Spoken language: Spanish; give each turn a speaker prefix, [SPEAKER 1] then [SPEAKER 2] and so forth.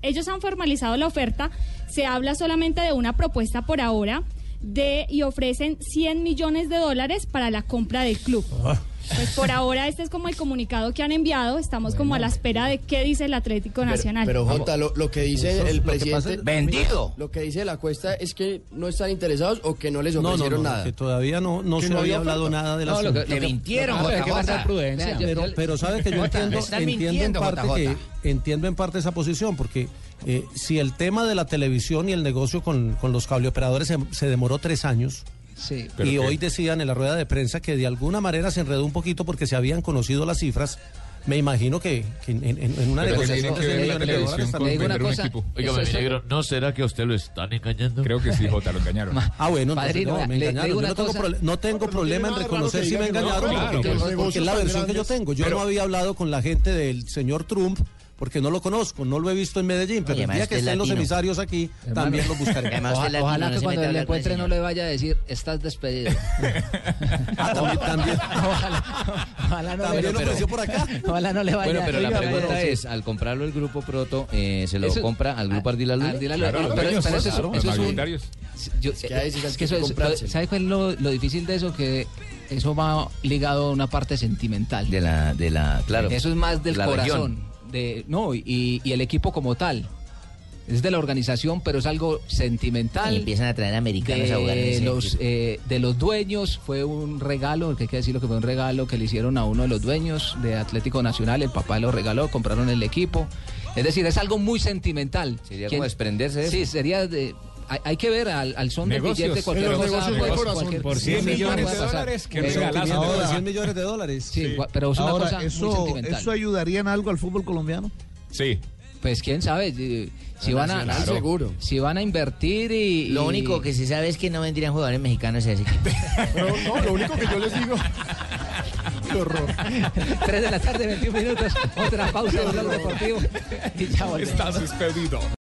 [SPEAKER 1] Ellos han formalizado la oferta, se habla solamente de una propuesta por ahora de y ofrecen 100 millones de dólares para la compra del club. Pues por ahora este es como el comunicado que han enviado, estamos como a la espera de qué dice el Atlético Nacional.
[SPEAKER 2] Pero Jota, lo, lo que dice el presidente, lo que,
[SPEAKER 3] Vendido.
[SPEAKER 2] dice la cuesta es que no están interesados o que no les
[SPEAKER 4] No,
[SPEAKER 2] ofrecieron
[SPEAKER 4] no, no,
[SPEAKER 2] nada.
[SPEAKER 4] que todavía no, no se
[SPEAKER 2] no había
[SPEAKER 4] había hablado
[SPEAKER 2] oferta.
[SPEAKER 4] nada de la
[SPEAKER 3] No, lo que- Te mintieron,
[SPEAKER 5] Lo que pasa es que va a
[SPEAKER 3] JJ.
[SPEAKER 5] ser prudencia.
[SPEAKER 3] Vea,
[SPEAKER 4] pero, pero sabe que yo
[SPEAKER 3] Jota,
[SPEAKER 4] entiendo,
[SPEAKER 3] me están
[SPEAKER 4] entiendo en
[SPEAKER 3] mintiendo,
[SPEAKER 4] parte
[SPEAKER 3] JJ.
[SPEAKER 4] que- entiendo en parte esa posición, porque eh, si el tema de la televisión y el negocio con, con los cableoperadores se, se demoró tres años,
[SPEAKER 5] Sí.
[SPEAKER 4] y hoy decían en la rueda de prensa que de alguna manera se enredó un poquito porque se habían conocido las cifras, me imagino que, que en, en- en una
[SPEAKER 6] Pero
[SPEAKER 3] pues,
[SPEAKER 6] que
[SPEAKER 4] negociación
[SPEAKER 6] tiene que
[SPEAKER 4] de 100 millones
[SPEAKER 6] ver la
[SPEAKER 4] de dólares
[SPEAKER 6] televisión con
[SPEAKER 4] también-
[SPEAKER 5] digo una
[SPEAKER 6] vender un
[SPEAKER 5] cosa,
[SPEAKER 6] equipo.
[SPEAKER 5] Oiga, Eso es- negro,
[SPEAKER 7] ¿no será que a usted lo están engañando?
[SPEAKER 6] Creo que sí, Jota, lo engañaron.
[SPEAKER 4] Ah, bueno, entonces,
[SPEAKER 5] Padrino,
[SPEAKER 4] no, me
[SPEAKER 5] le- le
[SPEAKER 4] engañaron.
[SPEAKER 5] digo
[SPEAKER 4] Yo
[SPEAKER 5] una
[SPEAKER 4] no tengo,
[SPEAKER 5] cosa.
[SPEAKER 4] prole- no tengo problema en reconocer si me engañaron,
[SPEAKER 6] claro,
[SPEAKER 4] porque,
[SPEAKER 6] pues,
[SPEAKER 4] porque es la versión que yo tengo. Yo no había hablado con la gente del señor Trump, porque no lo conozco, no lo he visto en Medellín, pero el
[SPEAKER 3] además
[SPEAKER 4] día que
[SPEAKER 3] es
[SPEAKER 4] estén los
[SPEAKER 3] latino.
[SPEAKER 4] emisarios aquí, también lo buscaré.
[SPEAKER 3] Además,
[SPEAKER 5] Oja-
[SPEAKER 3] usted latino,
[SPEAKER 5] ojalá
[SPEAKER 3] no
[SPEAKER 5] que
[SPEAKER 3] se
[SPEAKER 5] cuando
[SPEAKER 3] meta a
[SPEAKER 5] le
[SPEAKER 3] hablar con el
[SPEAKER 5] encuentre no
[SPEAKER 3] señor.
[SPEAKER 5] le vaya a decir, estás despedido.
[SPEAKER 4] Ah, también, también,
[SPEAKER 5] Ojalá no
[SPEAKER 4] también
[SPEAKER 5] le-
[SPEAKER 4] lo ofreció por acá.
[SPEAKER 5] Ojalá no le vaya
[SPEAKER 8] Bueno, pero
[SPEAKER 5] oiga,
[SPEAKER 8] la pregunta
[SPEAKER 5] sí.
[SPEAKER 8] es, al comprarlo el grupo Proto, eh, ¿se lo
[SPEAKER 5] Eso-
[SPEAKER 8] compra al grupo Ardila Luna?
[SPEAKER 5] Ardila Luna.
[SPEAKER 6] Claro,
[SPEAKER 5] Pero-
[SPEAKER 6] los
[SPEAKER 5] pero-
[SPEAKER 6] dueños,
[SPEAKER 5] pero eso es-
[SPEAKER 6] claro,
[SPEAKER 5] eso
[SPEAKER 6] los
[SPEAKER 5] es un-
[SPEAKER 6] mayoritarios.
[SPEAKER 5] Yo- eh,
[SPEAKER 2] que a veces hay
[SPEAKER 5] es
[SPEAKER 2] que
[SPEAKER 5] que eso es-
[SPEAKER 2] comprárselo.
[SPEAKER 5] ¿Sabe cuál es lo, lo difícil de eso? Que eso va ligado a una parte sentimental.
[SPEAKER 8] De la, de la, claro.
[SPEAKER 5] Eso es más del
[SPEAKER 8] la
[SPEAKER 5] corazón.
[SPEAKER 8] región.
[SPEAKER 5] De, no, y, y el equipo como tal. Es de la organización, pero es algo sentimental.
[SPEAKER 3] Y empiezan a traer americanos a jugar en
[SPEAKER 5] de
[SPEAKER 3] ese
[SPEAKER 5] los,
[SPEAKER 3] equipo.
[SPEAKER 5] eh, de los dueños fue un regalo, que hay que decirlo que fue un regalo que le hicieron a uno de los dueños de Atlético Nacional, el papá lo regaló, compraron el equipo. Es decir, es algo muy sentimental.
[SPEAKER 8] Sería
[SPEAKER 5] ¿Quién-
[SPEAKER 8] como desprenderse de eso.
[SPEAKER 5] Sí, sería de... Hay, hay que ver al, al son
[SPEAKER 6] Negocios.
[SPEAKER 5] del billete
[SPEAKER 6] En
[SPEAKER 5] cualquier
[SPEAKER 6] los
[SPEAKER 5] cosa.
[SPEAKER 6] negocios no hay
[SPEAKER 5] cualquier-
[SPEAKER 6] corazón.
[SPEAKER 5] cualquier-
[SPEAKER 6] Por 100
[SPEAKER 5] sí,
[SPEAKER 6] millones
[SPEAKER 5] puede
[SPEAKER 6] de
[SPEAKER 5] pasar.
[SPEAKER 6] dólares, qué
[SPEAKER 5] Pero-
[SPEAKER 6] regalazo.
[SPEAKER 4] Sentimiento de
[SPEAKER 6] Ahora-
[SPEAKER 4] 100 millones de dólares.
[SPEAKER 5] Sí, gua- pero es una
[SPEAKER 9] Ahora,
[SPEAKER 5] cosa muy
[SPEAKER 9] eso,
[SPEAKER 5] sentimental.
[SPEAKER 9] ¿eso ayudaría en algo al fútbol colombiano?
[SPEAKER 6] Sí.
[SPEAKER 5] Pues quién sabe, eh, si van a,
[SPEAKER 2] Nacional, seguro.
[SPEAKER 5] si van a invertir y...
[SPEAKER 3] Lo
[SPEAKER 5] y-
[SPEAKER 3] único que se sabe es que no vendrían jugadores mexicanos a ese equipo.
[SPEAKER 2] Pero no, lo único que yo les digo. Qué horror.
[SPEAKER 5] 3 de la tarde, 21 minutos. Otra pausa en el Blog Deportivo. Y ya volvemos.
[SPEAKER 6] Estás despedido.